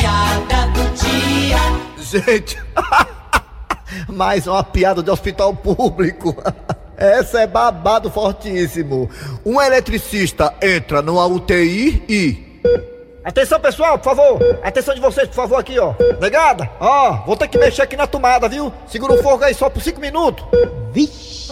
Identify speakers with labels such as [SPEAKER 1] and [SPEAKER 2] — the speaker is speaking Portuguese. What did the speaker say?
[SPEAKER 1] piada do dia.
[SPEAKER 2] Gente, mais uma piada de hospital público. Essa é babado fortíssimo. Um eletricista entra numa UTI e.
[SPEAKER 3] Atenção pessoal, por favor! Atenção de vocês, por favor, aqui, ó. Negada, ó, vou ter que mexer aqui na tomada, viu? Segura o fogo aí só por 5 minutos. Vixe!